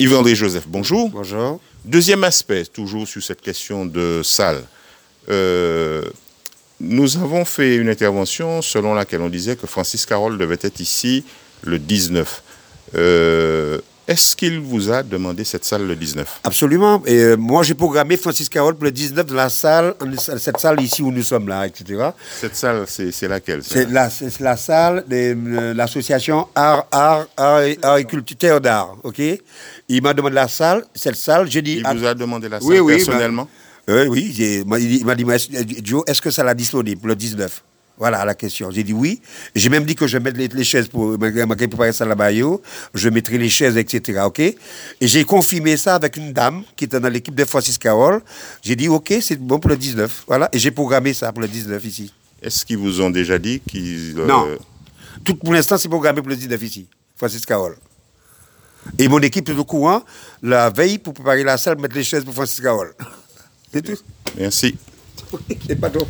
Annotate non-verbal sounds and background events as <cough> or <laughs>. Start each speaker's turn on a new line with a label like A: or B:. A: Yvan-André Joseph, bonjour.
B: Bonjour.
A: Deuxième aspect, toujours sur cette question de salle. Euh, nous avons fait une intervention selon laquelle on disait que Francis Carole devait être ici le 19. Euh, Est-ce qu'il vous a demandé cette salle le 19
B: Absolument. Et euh, moi, j'ai programmé Francis Carole pour le 19 dans la salle, en- cette salle ici où nous sommes là, etc.
A: Cette salle, c'est c'est laquelle
B: C'est la, c'est la salle de euh, l'association Art, Art, Art et, Art et Culture Terre d'Art. OK Il m'a demandé la salle, cette salle, j'ai dit.
A: Il
B: ah,
A: vous a demandé la salle
B: Oui, ben oui,
A: personnellement
B: Euh, oui, j'ai- il m'a- il m'a dit, mais est-ce- euh, Joe, est-ce que ça l'a disponible le 19 Voilà la question. J'ai dit oui. J'ai même dit que je vais mettre les, les chaises pour m'a- m'a préparé ça là-bas. yo. Je mettrai les chaises, etc. OK Et j'ai confirmé ça avec une dame qui était dans l'équipe de Francis Carole. J'ai dit OK, c'est bon pour le 19. Voilà. Et j'ai programmé ça pour le 19 ici.
A: Est-ce qu'ils vous ont déjà dit qu'ils... euh,
B: Non. Tout pour l'instant, c'est programmé pour le 19 ici, Francis Carole. Et mon équipe est au courant la veille pour préparer <laughs> la salle, mettre <laughs> les chaises pour Francis Carole. C'est tout.
A: Merci.
B: C'est pas tout.